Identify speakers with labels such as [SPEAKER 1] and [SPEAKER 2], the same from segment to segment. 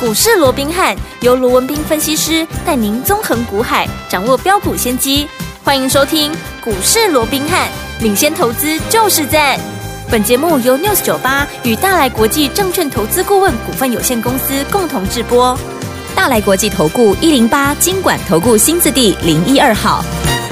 [SPEAKER 1] 股市罗宾汉由罗文斌分析师带您纵横股海，掌握标股先机。欢迎收听股市罗宾汉，领先投资就是赞。本节目由 News 九八与大来国际证券投资顾问股份有限公司共同制播。大来国际投顾一零八金管投顾新字第零一二号。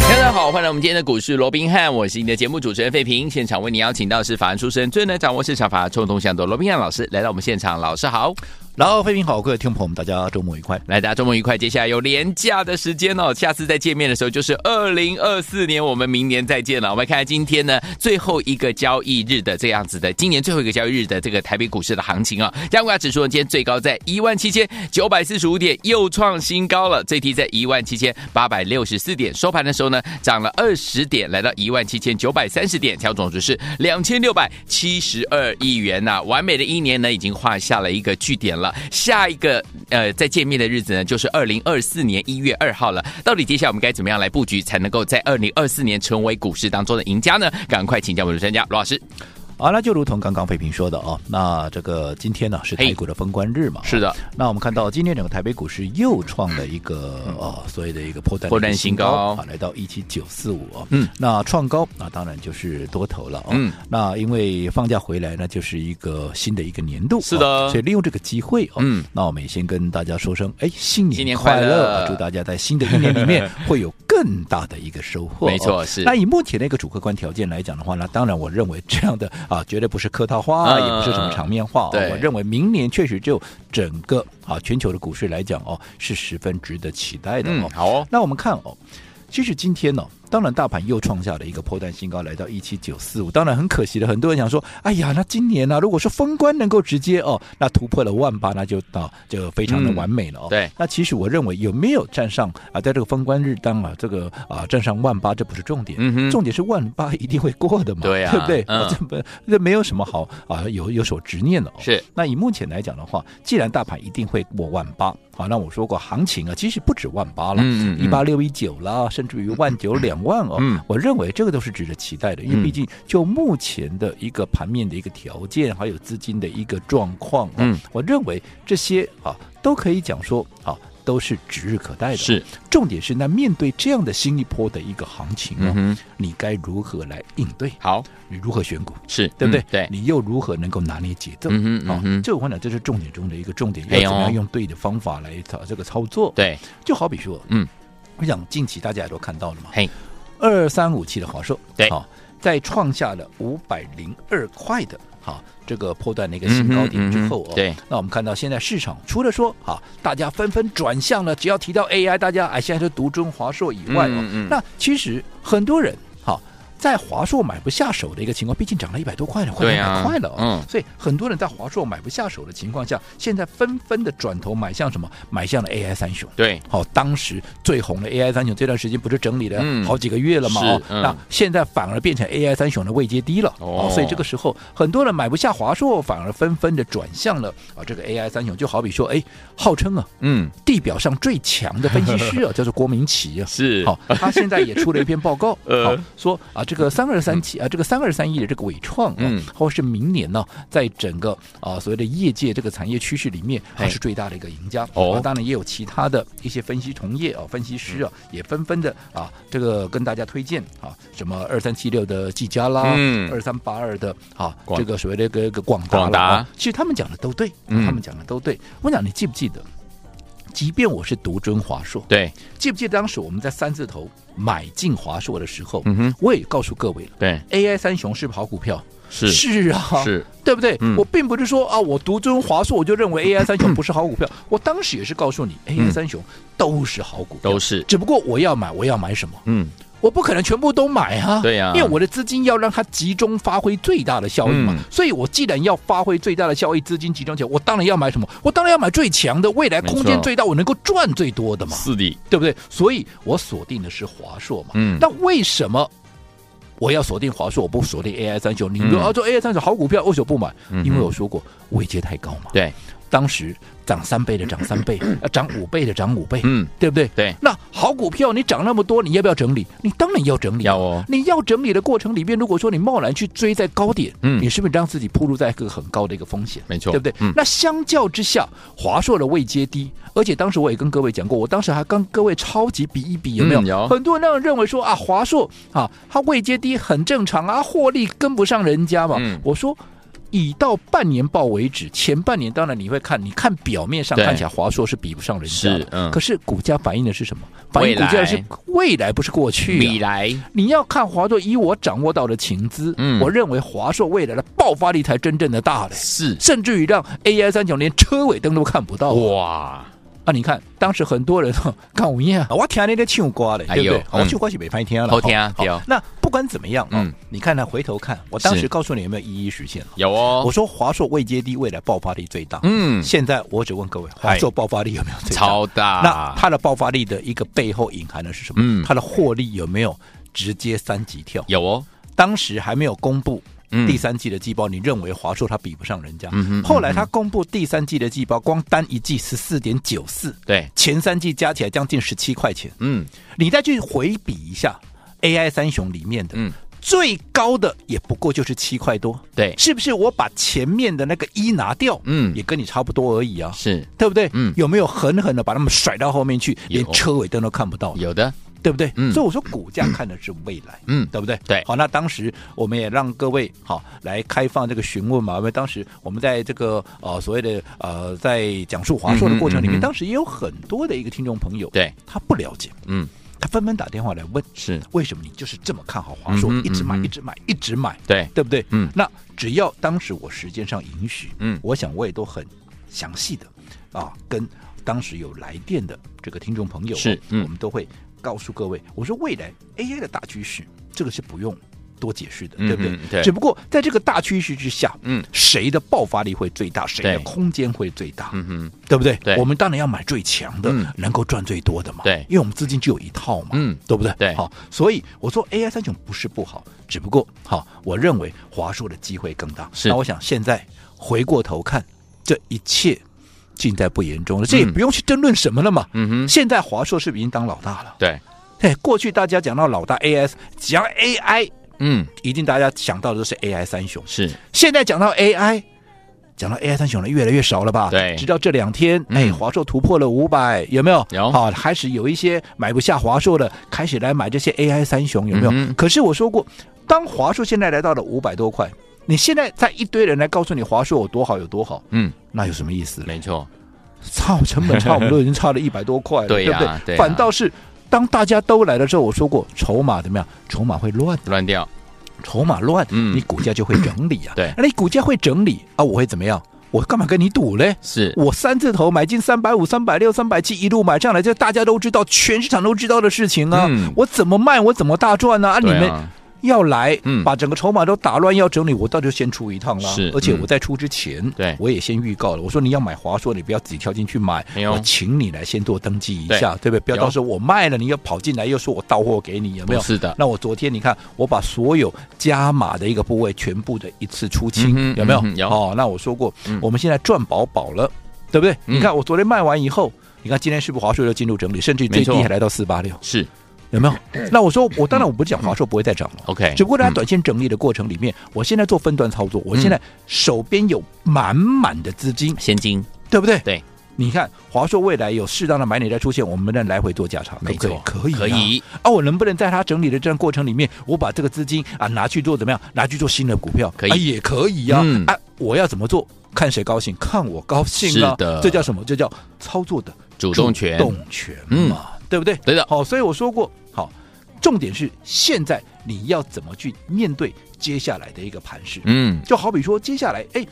[SPEAKER 2] 大家好，欢迎来我们今天的股市罗宾汉，我是你的节目主持人费平。现场为你邀请到是法案出身、最能掌握市场法冲动向的罗宾汉老师来到我们现场，老师好。
[SPEAKER 3] 然后，飞平好，各位听众朋友们，大家周末愉快。
[SPEAKER 2] 来，大家周末愉快。接下来有廉价的时间哦，下次再见面的时候就是二零二四年，我们明年再见了。我们看看今天呢最后一个交易日的这样子的，今年最后一个交易日的这个台北股市的行情啊、哦，加权指数呢今天最高在一万七千九百四十五点，又创新高了，最低在一万七千八百六十四点，收盘的时候呢涨了二十点，来到一万七千九百三十点，调总值是两千六百七十二亿元呐、完美的一年呢已经画下了一个句点了。了。下一个呃，再见面的日子呢，就是二零二四年一月二号了。到底接下来我们该怎么样来布局，才能够在二零二四年成为股市当中的赢家呢？赶快请教我们的专家罗老师。
[SPEAKER 3] 好、那就如同刚刚费平说的啊，那这个今天呢是
[SPEAKER 2] 嘿
[SPEAKER 3] 台股的封关日嘛，
[SPEAKER 2] 是的，
[SPEAKER 3] 那我们看到今天整个台北股市又创了一个呃所谓的一个破
[SPEAKER 2] 嗯
[SPEAKER 3] 绽
[SPEAKER 2] 破绽新高
[SPEAKER 3] 啊，来到一七九四五哦。
[SPEAKER 2] 嗯，
[SPEAKER 3] 那创高那当然就是多头了哦。
[SPEAKER 2] 嗯，
[SPEAKER 3] 那因为放假回来呢，就是一个新的一个年度哦，
[SPEAKER 2] 是的
[SPEAKER 3] 所以利用这个机会哦，
[SPEAKER 2] 嗯，
[SPEAKER 3] 那我们也先跟大家说声哎，新
[SPEAKER 2] 新
[SPEAKER 3] 年
[SPEAKER 2] 年
[SPEAKER 3] 快
[SPEAKER 2] 快乐
[SPEAKER 3] 乐！啊祝大家在新的一年里面会有更大的一个收获哦。
[SPEAKER 2] 没错是
[SPEAKER 3] 那以目前的一个主客观条件来讲的话呢，当然我认为这样的啊，绝对不是客套话啊，
[SPEAKER 2] 嗯
[SPEAKER 3] 也不是什么场面话、哦。
[SPEAKER 2] 对
[SPEAKER 3] 我认为明年确实就整个啊全球的股市来讲哦，是十分值得期待的哦。
[SPEAKER 2] 好哦，
[SPEAKER 3] 那我们看哦，其实今天呢、当然大盘又创下了一个破蛋新高，来到一七九四五。当然很可惜的，很多人想说，哎呀，那今年呢、如果说封关能够直接哦，那突破了万八，那就啊就非常的
[SPEAKER 2] 嗯
[SPEAKER 3] 完美了哦。
[SPEAKER 2] 对
[SPEAKER 3] 那其实我认为有没有站上啊，在这个封关日当啊，这个啊站上万八，这不是重点，
[SPEAKER 2] 嗯哼
[SPEAKER 3] 重点是万八一定会过的嘛，
[SPEAKER 2] 对啊
[SPEAKER 3] 不对？
[SPEAKER 2] 嗯
[SPEAKER 3] 啊这不这没有什么好啊有有所执念的、哦。
[SPEAKER 2] 是
[SPEAKER 3] 那以目前来讲的话，既然大盘一定会过万八，好，那我说过行情啊，其实不止万八了，
[SPEAKER 2] 嗯嗯
[SPEAKER 3] 一
[SPEAKER 2] 嗯
[SPEAKER 3] 八六一九啦，甚至于万九两万哦，
[SPEAKER 2] 嗯
[SPEAKER 3] 我认为这个都是值得期待的，因为
[SPEAKER 2] 嗯
[SPEAKER 3] 毕竟就目前的一个盘面的一个条件，还有资金的一个状况、哦，
[SPEAKER 2] 嗯，
[SPEAKER 3] 我认为这些啊都可以讲说啊。都是指日可待的，
[SPEAKER 2] 是
[SPEAKER 3] 重点是那面对这样的新一波的一个行情、哦，
[SPEAKER 2] 嗯哼，
[SPEAKER 3] 你该如何来应对？
[SPEAKER 2] 好
[SPEAKER 3] 你如何选股？
[SPEAKER 2] 是
[SPEAKER 3] 对不对？
[SPEAKER 2] 嗯对，
[SPEAKER 3] 你又如何能够拿捏节奏？
[SPEAKER 2] 嗯哼嗯哼
[SPEAKER 3] 啊，这我讲这是重点中的一个重点，
[SPEAKER 2] 哎
[SPEAKER 3] 要
[SPEAKER 2] 呦
[SPEAKER 3] 怎么样用对的方法来操这个操作？，
[SPEAKER 2] 对，
[SPEAKER 3] 就好比说，
[SPEAKER 2] 嗯，
[SPEAKER 3] 我想近期大家也都看到了嘛，
[SPEAKER 2] 嘿，
[SPEAKER 3] 二三五七的华硕，
[SPEAKER 2] 对
[SPEAKER 3] 好、在创下了五百零二块的哈、这个破断的一个新高点之
[SPEAKER 2] 嗯哼嗯
[SPEAKER 3] 后哦，
[SPEAKER 2] 哼对，
[SPEAKER 3] 那我们看到现在市场除了说啊，大家纷纷转向了，只要提到 AI，大家哎现在就独尊华硕以外哦，
[SPEAKER 2] 嗯嗯嗯
[SPEAKER 3] 那其实很多人哈、在华硕买不下手的一个情况，毕竟涨了一百多块了，快
[SPEAKER 2] 对
[SPEAKER 3] 两
[SPEAKER 2] 啊
[SPEAKER 3] 百块了、哦，
[SPEAKER 2] 嗯
[SPEAKER 3] 所以很多人在华硕买不下手的情况下，现在纷纷的转头买向什么？买向了 AI 三雄。
[SPEAKER 2] 对，
[SPEAKER 3] 好、当时最红的 AI 三雄这段时间不是整理了
[SPEAKER 2] 嗯
[SPEAKER 3] 好几个月了嘛？
[SPEAKER 2] 是
[SPEAKER 3] 哦，
[SPEAKER 2] 嗯
[SPEAKER 3] 那现在反而变成 AI 三雄的位阶低了
[SPEAKER 2] 哦
[SPEAKER 3] 所以这个时候很多人买不下华硕，反而纷纷的转向了啊这个 AI 三雄，就好比说，哎，号称啊
[SPEAKER 2] 嗯，
[SPEAKER 3] 地表上最强的分析师 啊，叫做郭明奇啊，
[SPEAKER 2] 是
[SPEAKER 3] 好、他现在也出了一篇报告，
[SPEAKER 2] 呃
[SPEAKER 3] 好说啊，这个三二三七啊，这个三二三一的这个伟创啊，
[SPEAKER 2] 嗯
[SPEAKER 3] 或是明年呢、在整个啊所谓的业界这个产业趋势里面，
[SPEAKER 2] 嘿
[SPEAKER 3] 还是最大的一个赢家。
[SPEAKER 2] 哦
[SPEAKER 3] 啊当然也有其他的一些分析同业啊，分析师
[SPEAKER 2] 嗯
[SPEAKER 3] 啊，也纷纷的啊，这个跟大家推荐啊，什么二三七六的技嘉啦，
[SPEAKER 2] 嗯
[SPEAKER 3] 二三八二的啊，
[SPEAKER 2] 广
[SPEAKER 3] 这个所谓的一个一个广达啦
[SPEAKER 2] 广达
[SPEAKER 3] 啊其实他们讲的都对，
[SPEAKER 2] 嗯
[SPEAKER 3] 他们讲的都对。我讲你记不记得？即便我是独尊华硕，
[SPEAKER 2] 对，
[SPEAKER 3] 记不记得当时我们在三字头买进华硕的时候，
[SPEAKER 2] 嗯哼，
[SPEAKER 3] 我也告诉各位了
[SPEAKER 2] 对，
[SPEAKER 3] ，AI 三雄是不是好股票？
[SPEAKER 2] 是
[SPEAKER 3] 啊，
[SPEAKER 2] 是，
[SPEAKER 3] 对不对？
[SPEAKER 2] 嗯
[SPEAKER 3] 我并不是说啊，我独尊华硕，我就认为 AI 三 雄不是好股票。我当时也是告诉你，AI 三雄都是好股票，
[SPEAKER 2] 嗯都是，
[SPEAKER 3] 只不过我要买，我要买什么？
[SPEAKER 2] 嗯，
[SPEAKER 3] 我不可能全部都买啊，
[SPEAKER 2] 对啊
[SPEAKER 3] 因为我的资金要让它集中发挥最大的效益嘛。
[SPEAKER 2] 嗯
[SPEAKER 3] 所以我既然要发挥最大的效益，资金集中起来，我当然要买什么？我当然要买最强的，未来空
[SPEAKER 2] 没
[SPEAKER 3] 间
[SPEAKER 2] 错
[SPEAKER 3] 最大，我能够赚最多的嘛。
[SPEAKER 2] 四的，
[SPEAKER 3] 对不对？所以我锁定的是华硕嘛。
[SPEAKER 2] 嗯
[SPEAKER 3] 那为什么我要锁定华硕，我不锁定 AI 三九？你说哦
[SPEAKER 2] 嗯
[SPEAKER 3] 啊，做 AI 三九好股票，为什么不买？
[SPEAKER 2] 嗯哼
[SPEAKER 3] 因为我说过，位阶太高嘛。
[SPEAKER 2] 对，
[SPEAKER 3] 当时涨三倍的涨三 倍，啊涨五倍的涨五倍，
[SPEAKER 2] 嗯，
[SPEAKER 3] 对不对？
[SPEAKER 2] 对
[SPEAKER 3] 那好股票你涨那么多，你要不要整理？你当然要整理啊，
[SPEAKER 2] 要哦
[SPEAKER 3] 你要整理的过程里面，如果说你贸然去追在高点，
[SPEAKER 2] 嗯
[SPEAKER 3] 你是不是让自己暴露在一个很高的一个风险？
[SPEAKER 2] 没错
[SPEAKER 3] 对不对？
[SPEAKER 2] 嗯
[SPEAKER 3] 那相较之下，华硕的位阶低，而且当时我也跟各位讲过，我当时还跟各位超级比一比，有没有？
[SPEAKER 2] 嗯有
[SPEAKER 3] 很多人让认为说啊，华硕啊，它位阶低很正常啊，获利跟不上人家嘛。
[SPEAKER 2] 嗯
[SPEAKER 3] 我说。以到半年报为止，前半年当然你会看，你看表面上
[SPEAKER 2] 对
[SPEAKER 3] 看起来华硕是比不上人家的
[SPEAKER 2] 是嗯
[SPEAKER 3] 可是股价反映的是什么？反映股价的是
[SPEAKER 2] 未
[SPEAKER 3] 未来，不是过去、啊。
[SPEAKER 2] 米来
[SPEAKER 3] 你要看华硕，以我掌握到的情资，
[SPEAKER 2] 嗯
[SPEAKER 3] 我认为华硕未来的爆发力才真正的大嘞，
[SPEAKER 2] 是
[SPEAKER 3] 甚至于让 AI 三九连车尾灯都看不到
[SPEAKER 2] 哇，
[SPEAKER 3] 啊！你看当时很多人 呵看我呀，啊我听你在唱歌嘞，
[SPEAKER 2] 哎
[SPEAKER 3] 对不
[SPEAKER 2] 呦
[SPEAKER 3] 对？
[SPEAKER 2] 嗯
[SPEAKER 3] 啊我唱歌是没拍天了，
[SPEAKER 2] 好听啊
[SPEAKER 3] 哦
[SPEAKER 2] 对哦
[SPEAKER 3] 好那不管怎么样，
[SPEAKER 2] 嗯
[SPEAKER 3] 嗯，你看呢，回头看，我当
[SPEAKER 2] 是
[SPEAKER 3] 时告诉你有没有一一实现？啊
[SPEAKER 2] 有哦
[SPEAKER 3] 我，说华硕未接低，未来爆发力最大。
[SPEAKER 2] 嗯，
[SPEAKER 3] 现在我只问各位，华硕爆发力有没有最大？
[SPEAKER 2] 超大，
[SPEAKER 3] 那它的爆发力的一个背后隐含的是什么？
[SPEAKER 2] 嗯
[SPEAKER 3] 它的获利有没有直接三级跳？
[SPEAKER 2] 有哦，
[SPEAKER 3] 当时还没有公布
[SPEAKER 2] 嗯
[SPEAKER 3] 第三季的季报，你认为华硕它比不上人家？
[SPEAKER 2] 嗯哼
[SPEAKER 3] 后来它公布第三季的季报，光单一季十四点九四，
[SPEAKER 2] 对，
[SPEAKER 3] 前三季加起来将近十七块钱。
[SPEAKER 2] 嗯，
[SPEAKER 3] 你再去回比一下 AI 三雄里面的，
[SPEAKER 2] 嗯
[SPEAKER 3] 最高的也不过就是七块多，
[SPEAKER 2] 对，
[SPEAKER 3] 是不是？我把前面的那个一拿掉，
[SPEAKER 2] 嗯
[SPEAKER 3] 也跟你差不多而已啊。
[SPEAKER 2] 是
[SPEAKER 3] 对不对？
[SPEAKER 2] 嗯
[SPEAKER 3] 有没有狠狠的把他们甩到后面去，
[SPEAKER 2] 有
[SPEAKER 3] 连车尾灯都看不到？
[SPEAKER 2] 有的，
[SPEAKER 3] 对不对？
[SPEAKER 2] 嗯
[SPEAKER 3] 所以我说股价看的是未来，
[SPEAKER 2] 嗯
[SPEAKER 3] 对不对？
[SPEAKER 2] 对
[SPEAKER 3] 好，那当时我们也让各位好来开放这个询问嘛，因为当时我们在这个呃所谓的呃在讲述华硕的过程里
[SPEAKER 2] 嗯
[SPEAKER 3] 面，
[SPEAKER 2] 哼嗯哼
[SPEAKER 3] 当时也有很多的一个听众朋友，
[SPEAKER 2] 对，
[SPEAKER 3] 他不了解，
[SPEAKER 2] 嗯，
[SPEAKER 3] 他纷纷打电话来问，
[SPEAKER 2] 是
[SPEAKER 3] 为什么你就是这么看好华硕，
[SPEAKER 2] 嗯哼
[SPEAKER 3] 一直买，
[SPEAKER 2] 嗯哼
[SPEAKER 3] 一直买，一直买，
[SPEAKER 2] 对，
[SPEAKER 3] 对不对？
[SPEAKER 2] 嗯
[SPEAKER 3] 那只要当时我时间上允许，
[SPEAKER 2] 嗯
[SPEAKER 3] 我想我也都很详细的啊，跟当时有来电的这个听众朋友哦
[SPEAKER 2] 是嗯
[SPEAKER 3] 我们都会告诉各位，我说未来 AI 的大趋势，这个是不用多解释的，
[SPEAKER 2] 嗯
[SPEAKER 3] 对不
[SPEAKER 2] 嗯
[SPEAKER 3] 对？
[SPEAKER 2] 对
[SPEAKER 3] 只不过在这个大趋势之下，
[SPEAKER 2] 嗯，
[SPEAKER 3] 谁的爆发力会最大，谁的
[SPEAKER 2] 对
[SPEAKER 3] 空间会最大，
[SPEAKER 2] 嗯哼，
[SPEAKER 3] 对不对？
[SPEAKER 2] 对
[SPEAKER 3] 我们当然要买最强的，
[SPEAKER 2] 嗯
[SPEAKER 3] 能够赚最多的嘛。
[SPEAKER 2] 对
[SPEAKER 3] 因为我们资金只有一套嘛，
[SPEAKER 2] 嗯
[SPEAKER 3] 对不对？
[SPEAKER 2] 对
[SPEAKER 3] 好，所以我说 AI 三雄不是不好，只不过好，我认为华硕的机会更大。
[SPEAKER 2] 是
[SPEAKER 3] 那我想现在回过头看，这一切尽在不言中了，这也不用去争论什么了嘛。
[SPEAKER 2] 嗯哼，
[SPEAKER 3] 现在华硕是不是已经当老大了？
[SPEAKER 2] 对，
[SPEAKER 3] 嘿，过去大家讲到老大 AS，只要 AI，
[SPEAKER 2] 嗯，
[SPEAKER 3] 一定大家想到的都是 AI 三雄。
[SPEAKER 2] 是
[SPEAKER 3] 现在讲到 AI，讲到 AI 三雄的越来越少了吧？
[SPEAKER 2] 对
[SPEAKER 3] 直到这两天，
[SPEAKER 2] 嗯
[SPEAKER 3] 哎，华硕突破了五百，有没有？
[SPEAKER 2] 有
[SPEAKER 3] 好，开始有一些买不下华硕的，开始来买这些 AI 三雄，有没有？
[SPEAKER 2] 嗯哼
[SPEAKER 3] 可是我说过，当华硕现在来到了五百多块，你现在在一堆人来告诉你华硕有多好有多好，
[SPEAKER 2] 嗯，
[SPEAKER 3] 那有什么意思？
[SPEAKER 2] 没错，
[SPEAKER 3] 差成本差，我们都已经差了一百多块 了，
[SPEAKER 2] 对呀
[SPEAKER 3] 不对？
[SPEAKER 2] 对呀
[SPEAKER 3] 反倒是。当大家都来的时候，我说过筹码怎么样？筹码会乱的，
[SPEAKER 2] 乱掉，
[SPEAKER 3] 筹码乱，
[SPEAKER 2] 嗯
[SPEAKER 3] 你股价就会整理啊。
[SPEAKER 2] 对
[SPEAKER 3] 那你股价会整理啊，我会怎么样？我干嘛跟你赌嘞？
[SPEAKER 2] 是
[SPEAKER 3] 我三字头买进三百五、三百六、三百七，一路买上来，这大家都知道，全市场都知道的事情啊。
[SPEAKER 2] 嗯
[SPEAKER 3] 我怎么卖，我怎么大赚呢、啊？你
[SPEAKER 2] 对
[SPEAKER 3] 们
[SPEAKER 2] 啊
[SPEAKER 3] 要来，
[SPEAKER 2] 嗯
[SPEAKER 3] 把整个筹码都打乱，要整理，我到底就先出一趟啦。
[SPEAKER 2] 是
[SPEAKER 3] 而且
[SPEAKER 2] 嗯
[SPEAKER 3] 我在出之前，
[SPEAKER 2] 对
[SPEAKER 3] 我也先预告了，我说你要买华硕，你不要自己跳进去买
[SPEAKER 2] 没，有
[SPEAKER 3] 我请你来先做登记一下，对不对？不要到时候我卖了，你又跑进来又说我到货给你，有没有？
[SPEAKER 2] 不是的
[SPEAKER 3] 那我昨天你看，我把所有加码的一个部位全部的一次出清，
[SPEAKER 2] 嗯哼
[SPEAKER 3] 有没有？
[SPEAKER 2] 嗯哼有
[SPEAKER 3] 哦，那我说过，
[SPEAKER 2] 嗯
[SPEAKER 3] 我们现在赚饱饱了，对不对？
[SPEAKER 2] 嗯
[SPEAKER 3] 你看我昨天卖完以后。你看，今天是不是华硕又进入整理，甚至最
[SPEAKER 2] 没错
[SPEAKER 3] 低还来到四八六，
[SPEAKER 2] 是
[SPEAKER 3] 有没有？那我说，我当然我不是讲华硕不会再涨了，
[SPEAKER 2] OK，
[SPEAKER 3] 只不过在
[SPEAKER 2] 嗯
[SPEAKER 3] 短线整理的过程里面，我现在做分段操作，我现在手边有满满的资金，
[SPEAKER 2] 现金，
[SPEAKER 3] 对不对？
[SPEAKER 2] 对，
[SPEAKER 3] 你看华硕未来有适当的买点再出现，我们再来回做价差，
[SPEAKER 2] 没错
[SPEAKER 3] 可不可以
[SPEAKER 2] 可
[SPEAKER 3] 可以啊
[SPEAKER 2] 以
[SPEAKER 3] 啊！我能不能在它整理的这段过程里面，我把这个资金啊拿去做怎么样？拿去做新的股票，
[SPEAKER 2] 可以
[SPEAKER 3] 啊、也可以啊、
[SPEAKER 2] 嗯
[SPEAKER 3] 啊！我要怎么做？看谁高兴，看我高兴啊！
[SPEAKER 2] 是的
[SPEAKER 3] 这叫什么？这叫操作的
[SPEAKER 2] 主动权嗯
[SPEAKER 3] 主动权嘛，对不对？
[SPEAKER 2] 对的
[SPEAKER 3] 好、所以我说过，好，重点是现在你要怎么去面对接下来的一个盘势。
[SPEAKER 2] 嗯，
[SPEAKER 3] 就好比说，接下来，哎，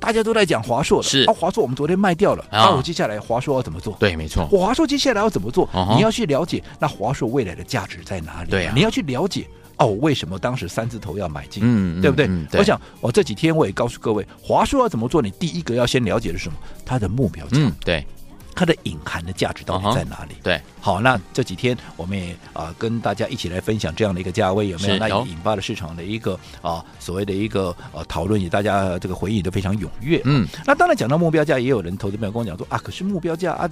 [SPEAKER 3] 大家都在讲华硕了，
[SPEAKER 2] 是
[SPEAKER 3] 啊，华硕我们昨天卖掉了，
[SPEAKER 2] 啊
[SPEAKER 3] 啊，我接下来华硕要怎么做？
[SPEAKER 2] 对，没错，
[SPEAKER 3] 我华硕接下来要怎么做
[SPEAKER 2] 嗯哼？
[SPEAKER 3] 你要去了解那华硕未来的价值在哪里？
[SPEAKER 2] 对啊
[SPEAKER 3] 你要去了解哦，我为什么当时三字头要买进？
[SPEAKER 2] 嗯嗯
[SPEAKER 3] 对不对
[SPEAKER 2] 嗯？对
[SPEAKER 3] 我想我这几天我也告诉各位，华硕要怎么做，你第一个要先了解的是什么？它的目标价。
[SPEAKER 2] 嗯，对，
[SPEAKER 3] 它的隐含的价值到
[SPEAKER 2] 嗯
[SPEAKER 3] 底
[SPEAKER 2] 哼
[SPEAKER 3] 在哪里？
[SPEAKER 2] 对，
[SPEAKER 3] 好，那这几天我们也啊、跟大家一起来分享这样的一个价位有没有？
[SPEAKER 2] 是
[SPEAKER 3] 那也
[SPEAKER 2] 有
[SPEAKER 3] 引发了市场的一个啊、所谓的一个呃讨论，也大家呃这个回应都非常踊跃。
[SPEAKER 2] 嗯，
[SPEAKER 3] 那当然讲到目标价，也有人投资朋友跟我讲说啊，可是目标价啊，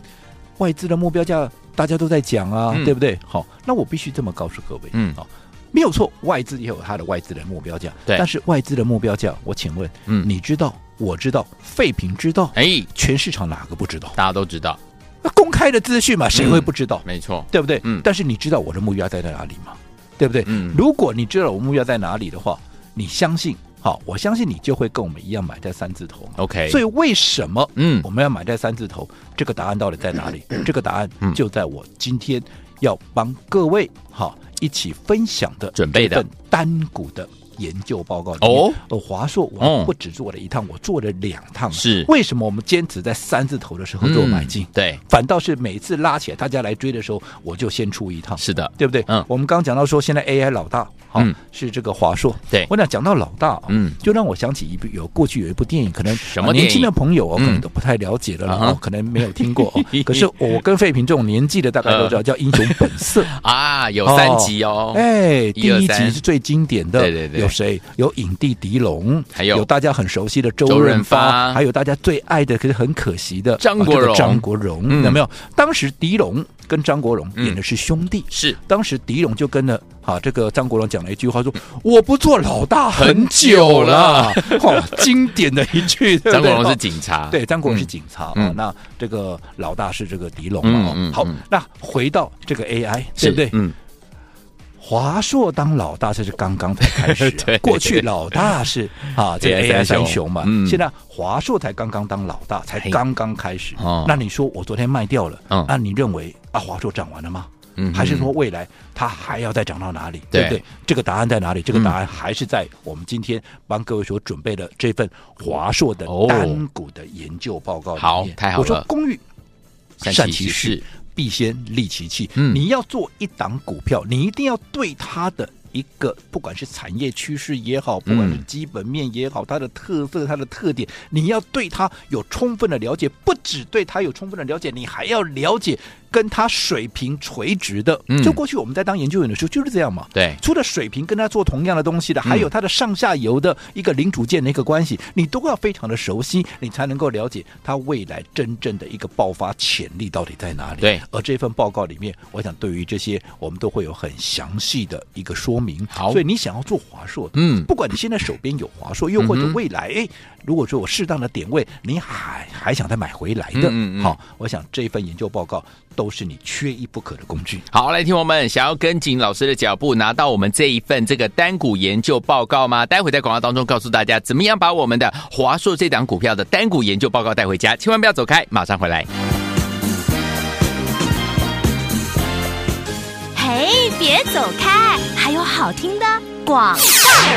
[SPEAKER 3] 外资的目标价大家都在讲啊，
[SPEAKER 2] 嗯
[SPEAKER 3] 对不对？好，那我必须这么告诉各位，
[SPEAKER 2] 嗯
[SPEAKER 3] 好、没有错，外资也有它的外资的目标价，
[SPEAKER 2] 对
[SPEAKER 3] 但是外资的目标价，我请问，
[SPEAKER 2] 嗯
[SPEAKER 3] 你知道，我知道，废品知道，
[SPEAKER 2] 哎，
[SPEAKER 3] 全市场哪个不知道？
[SPEAKER 2] 大家都知道，
[SPEAKER 3] 那公开的资讯嘛，谁会不知道？
[SPEAKER 2] 没错，
[SPEAKER 3] 对不对？
[SPEAKER 2] 嗯
[SPEAKER 3] 但是你知道我的目标在哪里吗？对不对？
[SPEAKER 2] 嗯
[SPEAKER 3] 如果你知道我目标在哪里的话，你相信，好，我相信你就会跟我们一样买在三字头嘛。
[SPEAKER 2] ，OK，
[SPEAKER 3] 所以为什么
[SPEAKER 2] 嗯
[SPEAKER 3] 我们要买在三字头？这个答案到底在哪里？这个答案
[SPEAKER 2] 嗯
[SPEAKER 3] 就在我今天要帮各位好一起分享的
[SPEAKER 2] 准备的
[SPEAKER 3] 这份单股的。研究报告里面
[SPEAKER 2] 哦，
[SPEAKER 3] 呃华硕我
[SPEAKER 2] 嗯
[SPEAKER 3] 还不止做了一趟，我做了两趟。
[SPEAKER 2] 是
[SPEAKER 3] 为什么我们坚持在三字头的时候做买进
[SPEAKER 2] 嗯，对，
[SPEAKER 3] 反倒是每次拉起来大家来追的时候，我就先出一趟。
[SPEAKER 2] 是的，
[SPEAKER 3] 对不对？
[SPEAKER 2] 嗯
[SPEAKER 3] 我们刚刚讲到说，现在 AI 老大，好、
[SPEAKER 2] 嗯
[SPEAKER 3] 是这个华硕。
[SPEAKER 2] 对
[SPEAKER 3] 我讲讲到老大、啊，
[SPEAKER 2] 嗯
[SPEAKER 3] 就让我想起一部有过去有一部电影，可能
[SPEAKER 2] 什么
[SPEAKER 3] 啊
[SPEAKER 2] 电
[SPEAKER 3] 年
[SPEAKER 2] 影
[SPEAKER 3] 轻的朋友哦，
[SPEAKER 2] 嗯
[SPEAKER 3] 可能都不太了解了啦，
[SPEAKER 2] 啊哈
[SPEAKER 3] 哦可能没有听 过、哦。可是我跟费平这种年纪的，大概都知道叫《英雄本色》。
[SPEAKER 2] 啊，嗯 有三集哦，
[SPEAKER 3] 哦哎，第
[SPEAKER 2] 一
[SPEAKER 3] 一
[SPEAKER 2] 二三
[SPEAKER 3] 集是最经典的，
[SPEAKER 2] 对对对
[SPEAKER 3] 有谁？有影帝狄龙，
[SPEAKER 2] 还有
[SPEAKER 3] 大家很熟悉的周
[SPEAKER 2] 周润
[SPEAKER 3] 润发，
[SPEAKER 2] 发
[SPEAKER 3] 还有大家最爱的，可是很可惜的
[SPEAKER 2] 张
[SPEAKER 3] 啊
[SPEAKER 2] 国
[SPEAKER 3] 这个
[SPEAKER 2] 荣
[SPEAKER 3] 张国荣、
[SPEAKER 2] 嗯
[SPEAKER 3] 有没有？当时狄龙跟张国荣演的是兄弟，
[SPEAKER 2] 是
[SPEAKER 3] 当时狄龙就跟了哈、这个张国荣讲了一句话说，我不做老大很
[SPEAKER 2] 很久
[SPEAKER 3] 久
[SPEAKER 2] 了
[SPEAKER 3] 了， 哦，经典的一句。对不对
[SPEAKER 2] 张国荣是
[SPEAKER 3] 哦
[SPEAKER 2] 警察，
[SPEAKER 3] 对，张国荣是警察啊、
[SPEAKER 2] 嗯
[SPEAKER 3] 哦那这个老大是这个狄龙嘛、哦
[SPEAKER 2] 嗯嗯
[SPEAKER 3] 好
[SPEAKER 2] 嗯，
[SPEAKER 3] 那回到这个 AI，对
[SPEAKER 2] 是
[SPEAKER 3] 不对？
[SPEAKER 2] 嗯，
[SPEAKER 3] 华硕当老大，这是刚刚才开始、啊
[SPEAKER 2] 对。
[SPEAKER 3] 过去老大是 啊，这
[SPEAKER 2] AI
[SPEAKER 3] AI
[SPEAKER 2] 三雄
[SPEAKER 3] 三雄嘛。
[SPEAKER 2] 嗯
[SPEAKER 3] 现在华硕才刚刚当老大，才
[SPEAKER 2] 嘿
[SPEAKER 3] 刚刚开始。
[SPEAKER 2] 哦
[SPEAKER 3] 那你说我昨天卖掉了，
[SPEAKER 2] 嗯
[SPEAKER 3] 啊，你认为啊，华硕涨完了吗？
[SPEAKER 2] 嗯
[SPEAKER 3] 还是说未来它还要再涨到哪里？
[SPEAKER 2] 对嗯
[SPEAKER 3] 对不对？这个答案在哪里？这个答案还是在我们今天帮各位所准备的这份华硕的
[SPEAKER 2] 哦
[SPEAKER 3] 单股的研究报告里面。
[SPEAKER 2] 好太好
[SPEAKER 3] 我说
[SPEAKER 2] 了
[SPEAKER 3] 公寓
[SPEAKER 2] 善其事
[SPEAKER 3] 事，必先利其器。
[SPEAKER 2] 嗯
[SPEAKER 3] 你要做一档股票，你一定要对它的。一个不管是产业趋势也好，不管是
[SPEAKER 2] 嗯
[SPEAKER 3] 基本面也好，它的特色、它的特点，你要对它有充分的了解。不只对它有充分的了解，你还要了解跟它水平垂直的。
[SPEAKER 2] 嗯
[SPEAKER 3] 就过去我们在当研究员的时候就是这样嘛。
[SPEAKER 2] 对，
[SPEAKER 3] 除了水平跟他做同样的东西的，
[SPEAKER 2] 嗯
[SPEAKER 3] 还有它的上下游的一个零组件的一个关系，你都要非常的熟悉，你才能够了解它未来真正的一个爆发潜力到底在哪里。
[SPEAKER 2] 对，
[SPEAKER 3] 而这份报告里面，我想对于这些我们都会有很详细的一个说明。
[SPEAKER 2] 好
[SPEAKER 3] 所以你想要做华硕的，
[SPEAKER 2] 嗯
[SPEAKER 3] 不管你现在手边有华硕，又或
[SPEAKER 2] 嗯
[SPEAKER 3] 者
[SPEAKER 2] 哼
[SPEAKER 3] 未来，哎、如果说我适当的点位，你还还想再买回来的，
[SPEAKER 2] 嗯嗯嗯
[SPEAKER 3] 好，我想这份研究报告都是你缺一不可的工具。
[SPEAKER 2] 好，来，听我们想要跟紧老师的脚步，拿到我们这一份这个单股研究报告吗？待会在广告当中告诉大家，怎么样把我们的华硕这档股票的单股研究报告带回家，千万不要走开，马上回来。
[SPEAKER 1] 嘿，别走开，还有好听的广。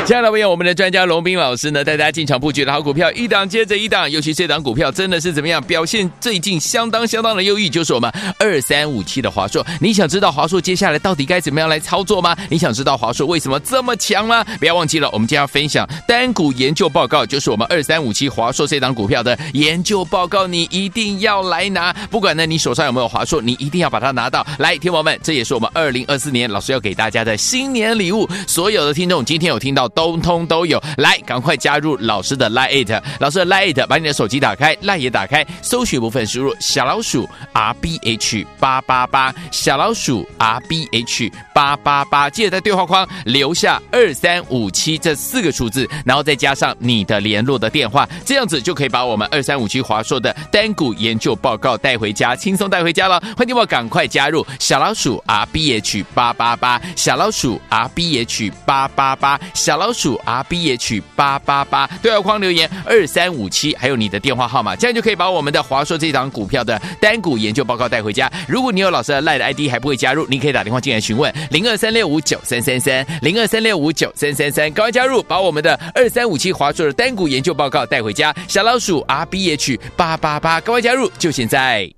[SPEAKER 2] 亲爱的朋友，我们的专家龙斌老师呢，带大家进场布局的好股票，一档接着一档，尤其这档股票真的是怎么样表现，最近相当相当的优异，就是我们二三五七的华硕。你想知道华硕接下来到底该怎么样来操作吗？你想知道华硕为什么这么强吗？不要忘记了，我们今天要分享单股研究报告，就是我们二三五七华硕这档股票的研究报告，你一定要来拿。不管呢你手上有没有华硕，你一定要把它拿到。来，听友们，这也是我们二零二四年老师要给大家的新年礼物，所有的听众今天有听到，通通都有。来，赶快加入老师的 Line It，老师的 Line It，把你的手机打开，Line 也打开，搜寻部分输入小老鼠 R B H 八八八，小老鼠 R B H 八八八，记得在对话框留下二三五七这四个数字，然后再加上你的联络的电话，这样子就可以把我们二三五七华硕的单股研究报告带回家，轻松带回家了。欢迎我赶快加入小老鼠 R B H 八八八，小老鼠 R B H 八八八，小老鼠 R B H 八八八，对话框留言二三五七，还有你的电话号码，这样就可以把我们的华硕这档股票的单股研究报告带回家。如果你有老师的赖的 ID 还不会加入，你可以打电话进来询问零二三六五九三三三零二三六五九三三三，赶快加入，把我们的二三五七华硕的单股研究报告带回家。小老鼠 R B H 八八八，赶快加入，就现在。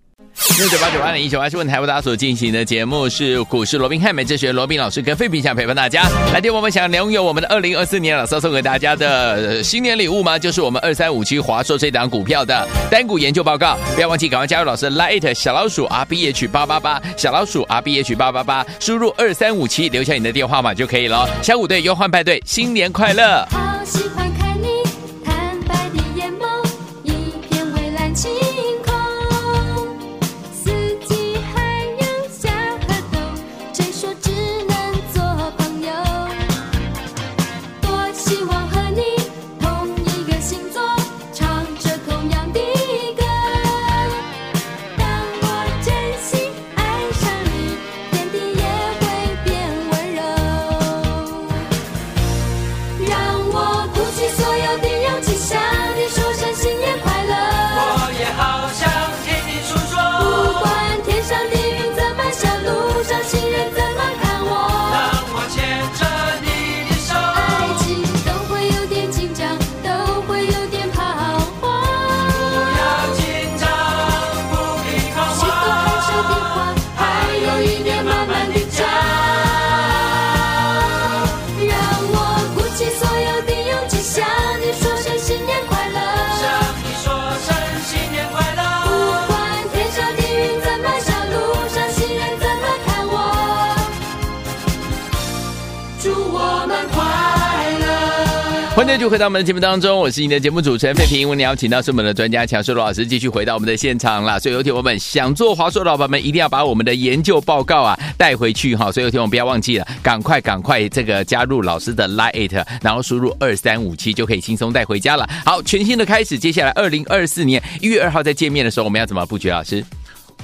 [SPEAKER 2] 六九八九八零一九八是问台为大家所进行的节目是股市罗宾汉美哲学罗宾老师跟费平想陪伴大家。来电我们想拥有我们的二零二四年老师送给大家的呃新年礼物吗？就是我们二三五七华硕这档股票的单股研究报告。不要忘记赶快加入老师 Light 小老鼠 R B H 八八八小老鼠 R B H 八八八，输入二三五七留下你的电话号码就可以了。小虎队忧患派对，新年快乐！
[SPEAKER 4] 好喜欢看你坦白的眼眸，一片蔚蓝晴空。四季海洋夏和冬，谁说只能做朋友？多希望和你同一个星座，唱着同样的歌。当我真心爱上你，天地也会变温柔。让我鼓起所有的勇气，向你说声新年快乐。
[SPEAKER 5] 我也好想听你诉
[SPEAKER 4] 不
[SPEAKER 5] 说，
[SPEAKER 4] 管天上的云怎么下，路上行人怎么看我，
[SPEAKER 5] 当我牵着你的手，
[SPEAKER 4] 爱情都会有点紧张，都会有点彷
[SPEAKER 5] 不
[SPEAKER 4] 徨。
[SPEAKER 5] 要紧张，不必恐
[SPEAKER 4] 许多害羞的
[SPEAKER 5] 慌
[SPEAKER 4] 话，，还有一年慢慢的长。让我鼓起所有的勇气，向你说声新年快乐。
[SPEAKER 5] 向你说声新年快
[SPEAKER 4] 不
[SPEAKER 5] 乐。
[SPEAKER 4] 管天上的云怎么笑，路上行人怎么看我，祝我们快乐。
[SPEAKER 2] 欢迎继续回到我们的节目当中，我是你的节目主持人费平。为你邀请到是我们的专家强硕罗老师，继续回到我们的现场啦。所以有铁友们想做华硕的老板们，一定要把我们的研究报告啊带回去哈。所以有铁友们不要忘记了，赶快赶快这个加入老师的 Line it，然后输入二三五七就可以轻松带回家了。好，全新的开始，接下来二零二四年一月二号再见面的时候，我们要怎么布局？啊老师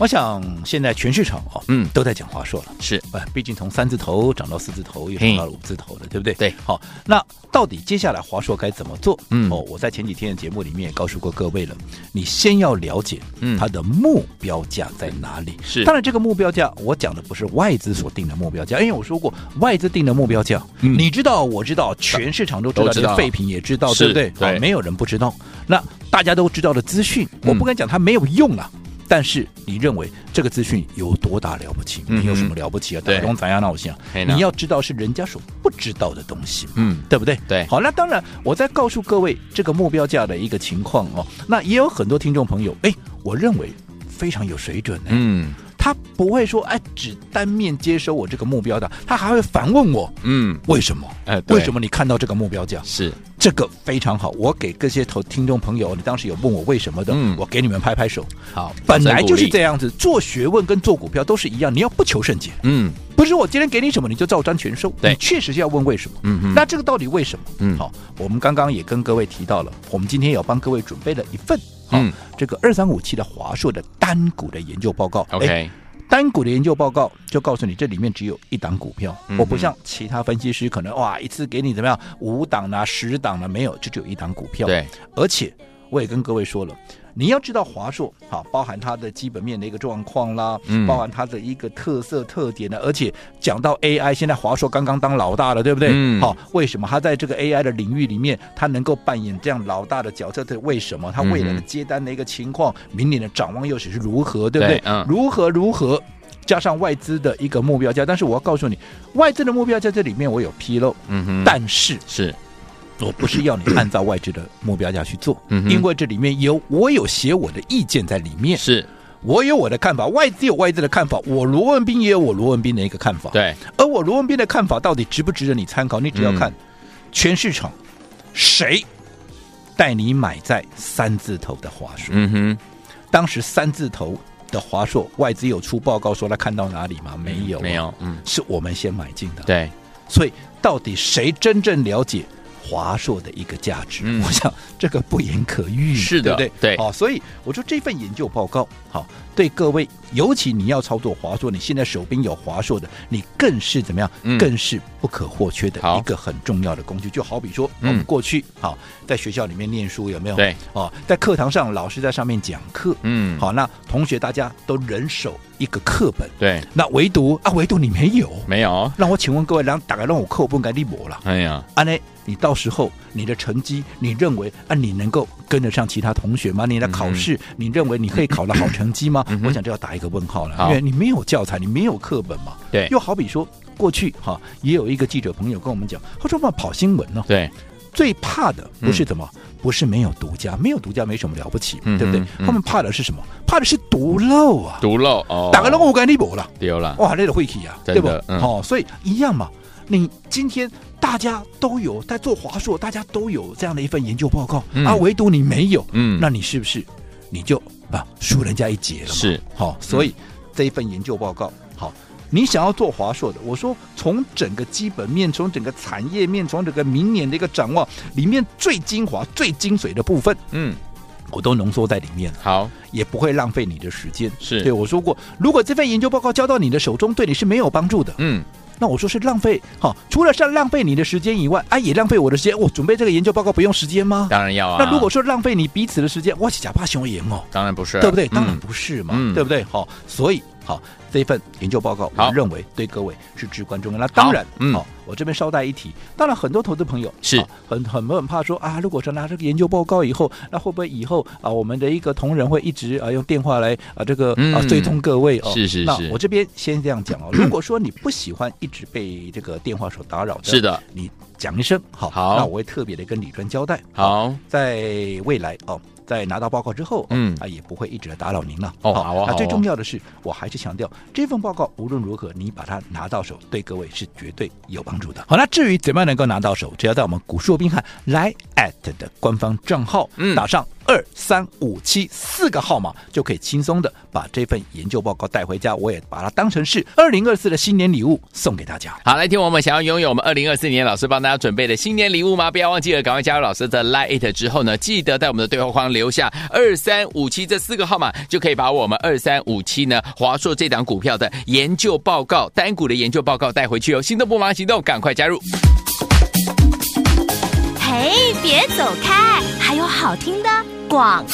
[SPEAKER 3] 我想现在全市场哦，
[SPEAKER 2] 嗯
[SPEAKER 3] 都在讲华硕了。
[SPEAKER 2] 是
[SPEAKER 3] 哎，毕竟从三字头涨到四字头，又涨到了五字头了，对不对？
[SPEAKER 2] 对
[SPEAKER 3] 好，那到底接下来华硕该怎么做？
[SPEAKER 2] 嗯
[SPEAKER 3] 哦，我在前几天的节目里面也告诉过各位了，你先要了解
[SPEAKER 2] 嗯
[SPEAKER 3] 它的目标价在哪里。
[SPEAKER 2] 是
[SPEAKER 3] 当然这个目标价我讲的不是外资所定的目标价，因为我说过外资定的目标价，
[SPEAKER 2] 嗯
[SPEAKER 3] 你知道，我知道，全市场都知道，
[SPEAKER 2] 都知道
[SPEAKER 3] 连废品也知道，
[SPEAKER 2] 是
[SPEAKER 3] 对不对？好
[SPEAKER 2] 对
[SPEAKER 3] 没有人不知道。那大家都知道的资讯，
[SPEAKER 2] 嗯
[SPEAKER 3] 我不敢讲它没有用啊。但是你认为这个资讯有多大了不起？
[SPEAKER 2] 嗯哼
[SPEAKER 3] 你有什么了不起啊？
[SPEAKER 2] 对
[SPEAKER 3] 打工咱要闹心啊！
[SPEAKER 2] 嘿呢
[SPEAKER 3] 你要知道是人家所不知道的东西嘛，
[SPEAKER 2] 嗯
[SPEAKER 3] 对不对？
[SPEAKER 2] 对
[SPEAKER 3] 好，那当然，我在告诉各位这个目标价的一个情况哦。那也有很多听众朋友，哎，我认为非常有水准呢、
[SPEAKER 2] 嗯
[SPEAKER 3] 他不会说哎，只单面接收我这个目标的，他还会反问我
[SPEAKER 2] 嗯
[SPEAKER 3] 为什么？
[SPEAKER 2] 哎对
[SPEAKER 3] 为什么你看到这个目标价？
[SPEAKER 2] 是
[SPEAKER 3] 这个非常好，我给这些头听众朋友，你当时有问我为什么的，
[SPEAKER 2] 嗯
[SPEAKER 3] 我给你们拍拍手。
[SPEAKER 2] 好，
[SPEAKER 3] 本来就是
[SPEAKER 2] 样，
[SPEAKER 3] 这样子，做学问跟做股票都是一样，你要不求甚解，
[SPEAKER 2] 嗯
[SPEAKER 3] 不是我今天给你什么你就照单全收，
[SPEAKER 2] 对
[SPEAKER 3] 你确实是要问为什么。
[SPEAKER 2] 嗯哼
[SPEAKER 3] 那这个到底为什么？
[SPEAKER 2] 嗯
[SPEAKER 3] 好，我们刚刚也跟各位提到了，我们今天有帮各位准备了一份，好
[SPEAKER 2] 嗯
[SPEAKER 3] 这个二三五七的华硕的单股的研究报告。哎
[SPEAKER 2] ，OK，
[SPEAKER 3] 单股的研究报告就告诉你，这里面只有一档股票。
[SPEAKER 2] 嗯哼
[SPEAKER 3] 我不像其他分析师可能哇一次给你怎么样五档啊、十档啊，没有，就只有一档股票。，
[SPEAKER 2] 对，
[SPEAKER 3] 而且我也跟各位说了，你要知道华硕好，包含它的基本面的一个状况啦，
[SPEAKER 2] 嗯
[SPEAKER 3] 包含它的一个特色特点呢。而且讲到 AI，现在华硕刚刚当老大了，对不对？
[SPEAKER 2] 嗯
[SPEAKER 3] 好，为什么它在这个 AI 的领域里面，它能够扮演这样老大的角色？对，为什么它未来
[SPEAKER 2] 嗯
[SPEAKER 3] 的
[SPEAKER 2] 哼
[SPEAKER 3] 接单的一个情况，明年的展望又是如何，对不对？
[SPEAKER 2] 嗯对嗯
[SPEAKER 3] 如何如何？加上外资的一个目标价，但是我要告诉你，外资的目标价这里面我有纰漏，
[SPEAKER 2] 嗯哼
[SPEAKER 3] 但是
[SPEAKER 2] 是
[SPEAKER 3] 我不是要你 按照外资的目标价去做，
[SPEAKER 2] 嗯哼
[SPEAKER 3] 因为这里面有我有写我的意见在里面，
[SPEAKER 2] 是，
[SPEAKER 3] 我有我的看法，外资有外资的看法，我罗文斌也有我罗文斌的一个看法，，
[SPEAKER 2] 对，嗯
[SPEAKER 3] 而我罗文斌的看法到底值不值得你参考？你只要看全市场谁带你买在三字头的华硕，
[SPEAKER 2] 嗯哼。
[SPEAKER 3] 当时三字头的华硕外资有出报告说他看到哪里吗？没有，啊
[SPEAKER 2] 没，有，嗯，
[SPEAKER 3] 是我们先买进的，
[SPEAKER 2] 对，
[SPEAKER 3] 所以到底谁真正了解华硕的一个价值？
[SPEAKER 2] 嗯
[SPEAKER 3] 我想这个不言可喻，
[SPEAKER 2] 是的
[SPEAKER 3] 对不
[SPEAKER 2] 对
[SPEAKER 3] 对？好，所以我说这份研究报告，好，对各位，尤其你要操作华硕，你现在手边有华硕的，你更是怎么样？
[SPEAKER 2] 嗯
[SPEAKER 3] 更是不可或缺的
[SPEAKER 2] 好
[SPEAKER 3] 一个很重要的工具。就好比说，我
[SPEAKER 2] 嗯
[SPEAKER 3] 们过去好在学校里面念书有没有？
[SPEAKER 2] 对，
[SPEAKER 3] 哦，在课堂上老师在上面讲课，
[SPEAKER 2] 嗯，，
[SPEAKER 3] 好，那同学大家都人手一个课本，
[SPEAKER 2] 对，
[SPEAKER 3] 那唯独啊，唯独你没有，
[SPEAKER 2] 没有，
[SPEAKER 3] 让我请问各位，让大概让我课本给你没了，
[SPEAKER 2] 哎呀，
[SPEAKER 3] 安尼你到时候你的成绩，你认为啊，你能够跟得上其他同学吗？你的考
[SPEAKER 2] 嗯
[SPEAKER 3] 试，你认为你可以考到好成绩吗？我想这要打一个问号了，
[SPEAKER 2] 好
[SPEAKER 3] 因为你没有教材，你没有课本嘛。
[SPEAKER 2] 对
[SPEAKER 3] 又好比说，过去哈、也有一个记者朋友跟我们讲，他说嘛，跑新闻呢、
[SPEAKER 2] 对，
[SPEAKER 3] 最怕的不是怎么，不是没有独家，没有独家没什么了不起，
[SPEAKER 2] 嗯
[SPEAKER 3] 对不对
[SPEAKER 2] 嗯？嗯
[SPEAKER 3] 他们怕的是什么？怕的是毒漏啊！
[SPEAKER 2] 毒漏哦，
[SPEAKER 3] 打个龙我干你无了，
[SPEAKER 2] 丢了，
[SPEAKER 3] 哇，那个晦气啊，
[SPEAKER 2] 真
[SPEAKER 3] 对
[SPEAKER 2] 的
[SPEAKER 3] 不？
[SPEAKER 2] 嗯
[SPEAKER 3] 哦，所以一样嘛。你今天大家都有在做华硕，大家都有这样的一份研究报告、
[SPEAKER 2] 嗯
[SPEAKER 3] 啊，唯独你没有，
[SPEAKER 2] 嗯
[SPEAKER 3] 那你是不是你就啊输人家一截了嘛？
[SPEAKER 2] 是嗯
[SPEAKER 3] 好、所以这一份研究报告，好，你想要做华硕的，我说从整个基本面、从整个产业面、从整个明年的一个展望里面最精华、最精髓的部分，
[SPEAKER 2] 嗯，
[SPEAKER 3] 我都浓缩在里面了，
[SPEAKER 2] 好，
[SPEAKER 3] 也不会浪费你的时间。
[SPEAKER 2] 是
[SPEAKER 3] 对我说过，如果这份研究报告交到你的手中，对你是没有帮助的，
[SPEAKER 2] 嗯，
[SPEAKER 3] 那我说是浪费。好、除了是浪费你的时间以外，啊，也浪费我的时间。我准备这个研究报告不用时间吗？
[SPEAKER 2] 当然要啊。
[SPEAKER 3] 那如果说浪费你彼此的时间，我是假怕熊言哦。
[SPEAKER 2] 当然不是，
[SPEAKER 3] 对不对？当然
[SPEAKER 2] 嗯
[SPEAKER 3] 不是嘛，
[SPEAKER 2] 嗯
[SPEAKER 3] 对不对？好、所以好这份研究报告，
[SPEAKER 2] 好
[SPEAKER 3] 我认为对各位是至关重要。那当然，
[SPEAKER 2] 嗯
[SPEAKER 3] 好、我这边捎带一提，当然很多投资朋友
[SPEAKER 2] 是
[SPEAKER 3] 啊很很很怕说啊，如果说拿这个研究报告以后，那会不会以后啊，我们的一个同仁会一直啊用电话来啊这个啊
[SPEAKER 2] 嗯
[SPEAKER 3] 追踪各位哦？
[SPEAKER 2] 是是
[SPEAKER 3] 那
[SPEAKER 2] 是
[SPEAKER 3] 我这边先这样讲哦，如果说你不喜欢一直被这个电话所打扰的，
[SPEAKER 2] 是的，
[SPEAKER 3] 你讲一声好，
[SPEAKER 2] 好
[SPEAKER 3] 那我会特别的跟李专交代。
[SPEAKER 2] 好，
[SPEAKER 3] 在未来哦，在拿到报告之后，
[SPEAKER 2] 嗯
[SPEAKER 3] 啊，也不会一直来打扰您了。
[SPEAKER 2] 哦好啊好
[SPEAKER 3] 那
[SPEAKER 2] 啊
[SPEAKER 3] 最重要的是，我还是强调，这份报告无论如何，你把它拿到手，对各位是绝对有帮助的。好，那至于怎么样能够拿到手，只要在我们古树宾汉来 at 的官方账号，
[SPEAKER 2] 嗯
[SPEAKER 3] 打上。二三五七四个号码就可以轻松的把这份研究报告带回家，我也把它当成是二零二四的新年礼物送给大家。
[SPEAKER 2] 好，来听我们想要拥有我们二零二四年老师帮大家准备的新年礼物吗？不要忘记了，赶快加入老师的 Line It 之后呢，记得在我们的对话框留下二三五七这四个号码，就可以把我们二三五七呢华硕这档股票的研究报告单股的研究报告带回去哦。心动不忙行动，赶快加入。
[SPEAKER 1] 嘿，别走开，还有好听的广。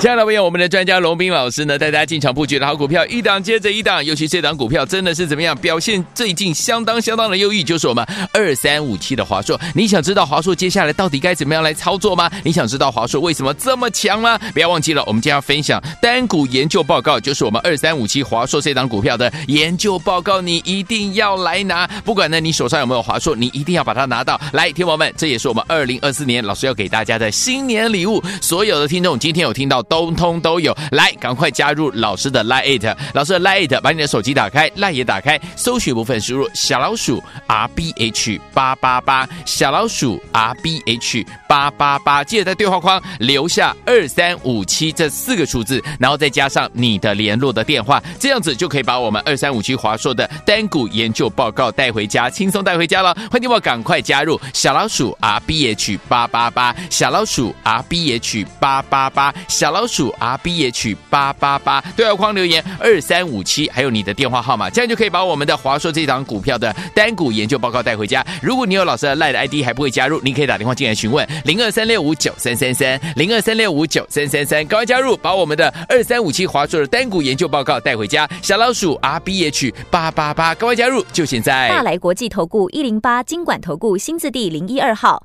[SPEAKER 2] 亲爱的朋友我们的专家龙斌老师呢，带大家进场布局的好股票，一档接着一档，尤其这档股票真的是怎么样表现，最近相当相当的优异，就是我们二三五七的华硕。你想知道华硕接下来到底该怎么样来操作吗？你想知道华硕为什么这么强吗？不要忘记了，我们今天要分享单股研究报告，就是我们二三五七华硕这档股票的研究报告，你一定要来拿。不管呢你手上有没有华硕，你一定要把它拿到。来，听友们，这也是我们二零二四年老师要给大家的新年礼物。所有的听众今天有听到，通通都有。来，赶快加入老师的 Lite，it，老师的 Lite，it，把你的手机打开，Lite 也打开，搜寻部分输入小老鼠 R B H 八八八，小老鼠 R B H 八八八，记得在对话框留下二三五七这四个数字，然后再加上你的联络的电话，这样子就可以把我们二三五七华硕的单股研究报告带回家，轻松带回家了。欢迎我赶快加入小老鼠 R B H 八八八，小老鼠 R B H 八八八，小老鼠 R B H 八八八，对话框留言二三五七，还有你的电话号码，这样就可以把我们的华硕这档股票的单股研究报告带回家。如果你有老师的赖的 ID 还不会加入，你可以打电话进来询问零二三六五九三三三零二三六五九三三三，赶快加入，把我们的二三五七华硕的单股研究报告带回家。小老鼠 R B H 八八八，赶快加入，就现在。
[SPEAKER 6] 大来国际投顾一零八金管投顾新字第零一二号。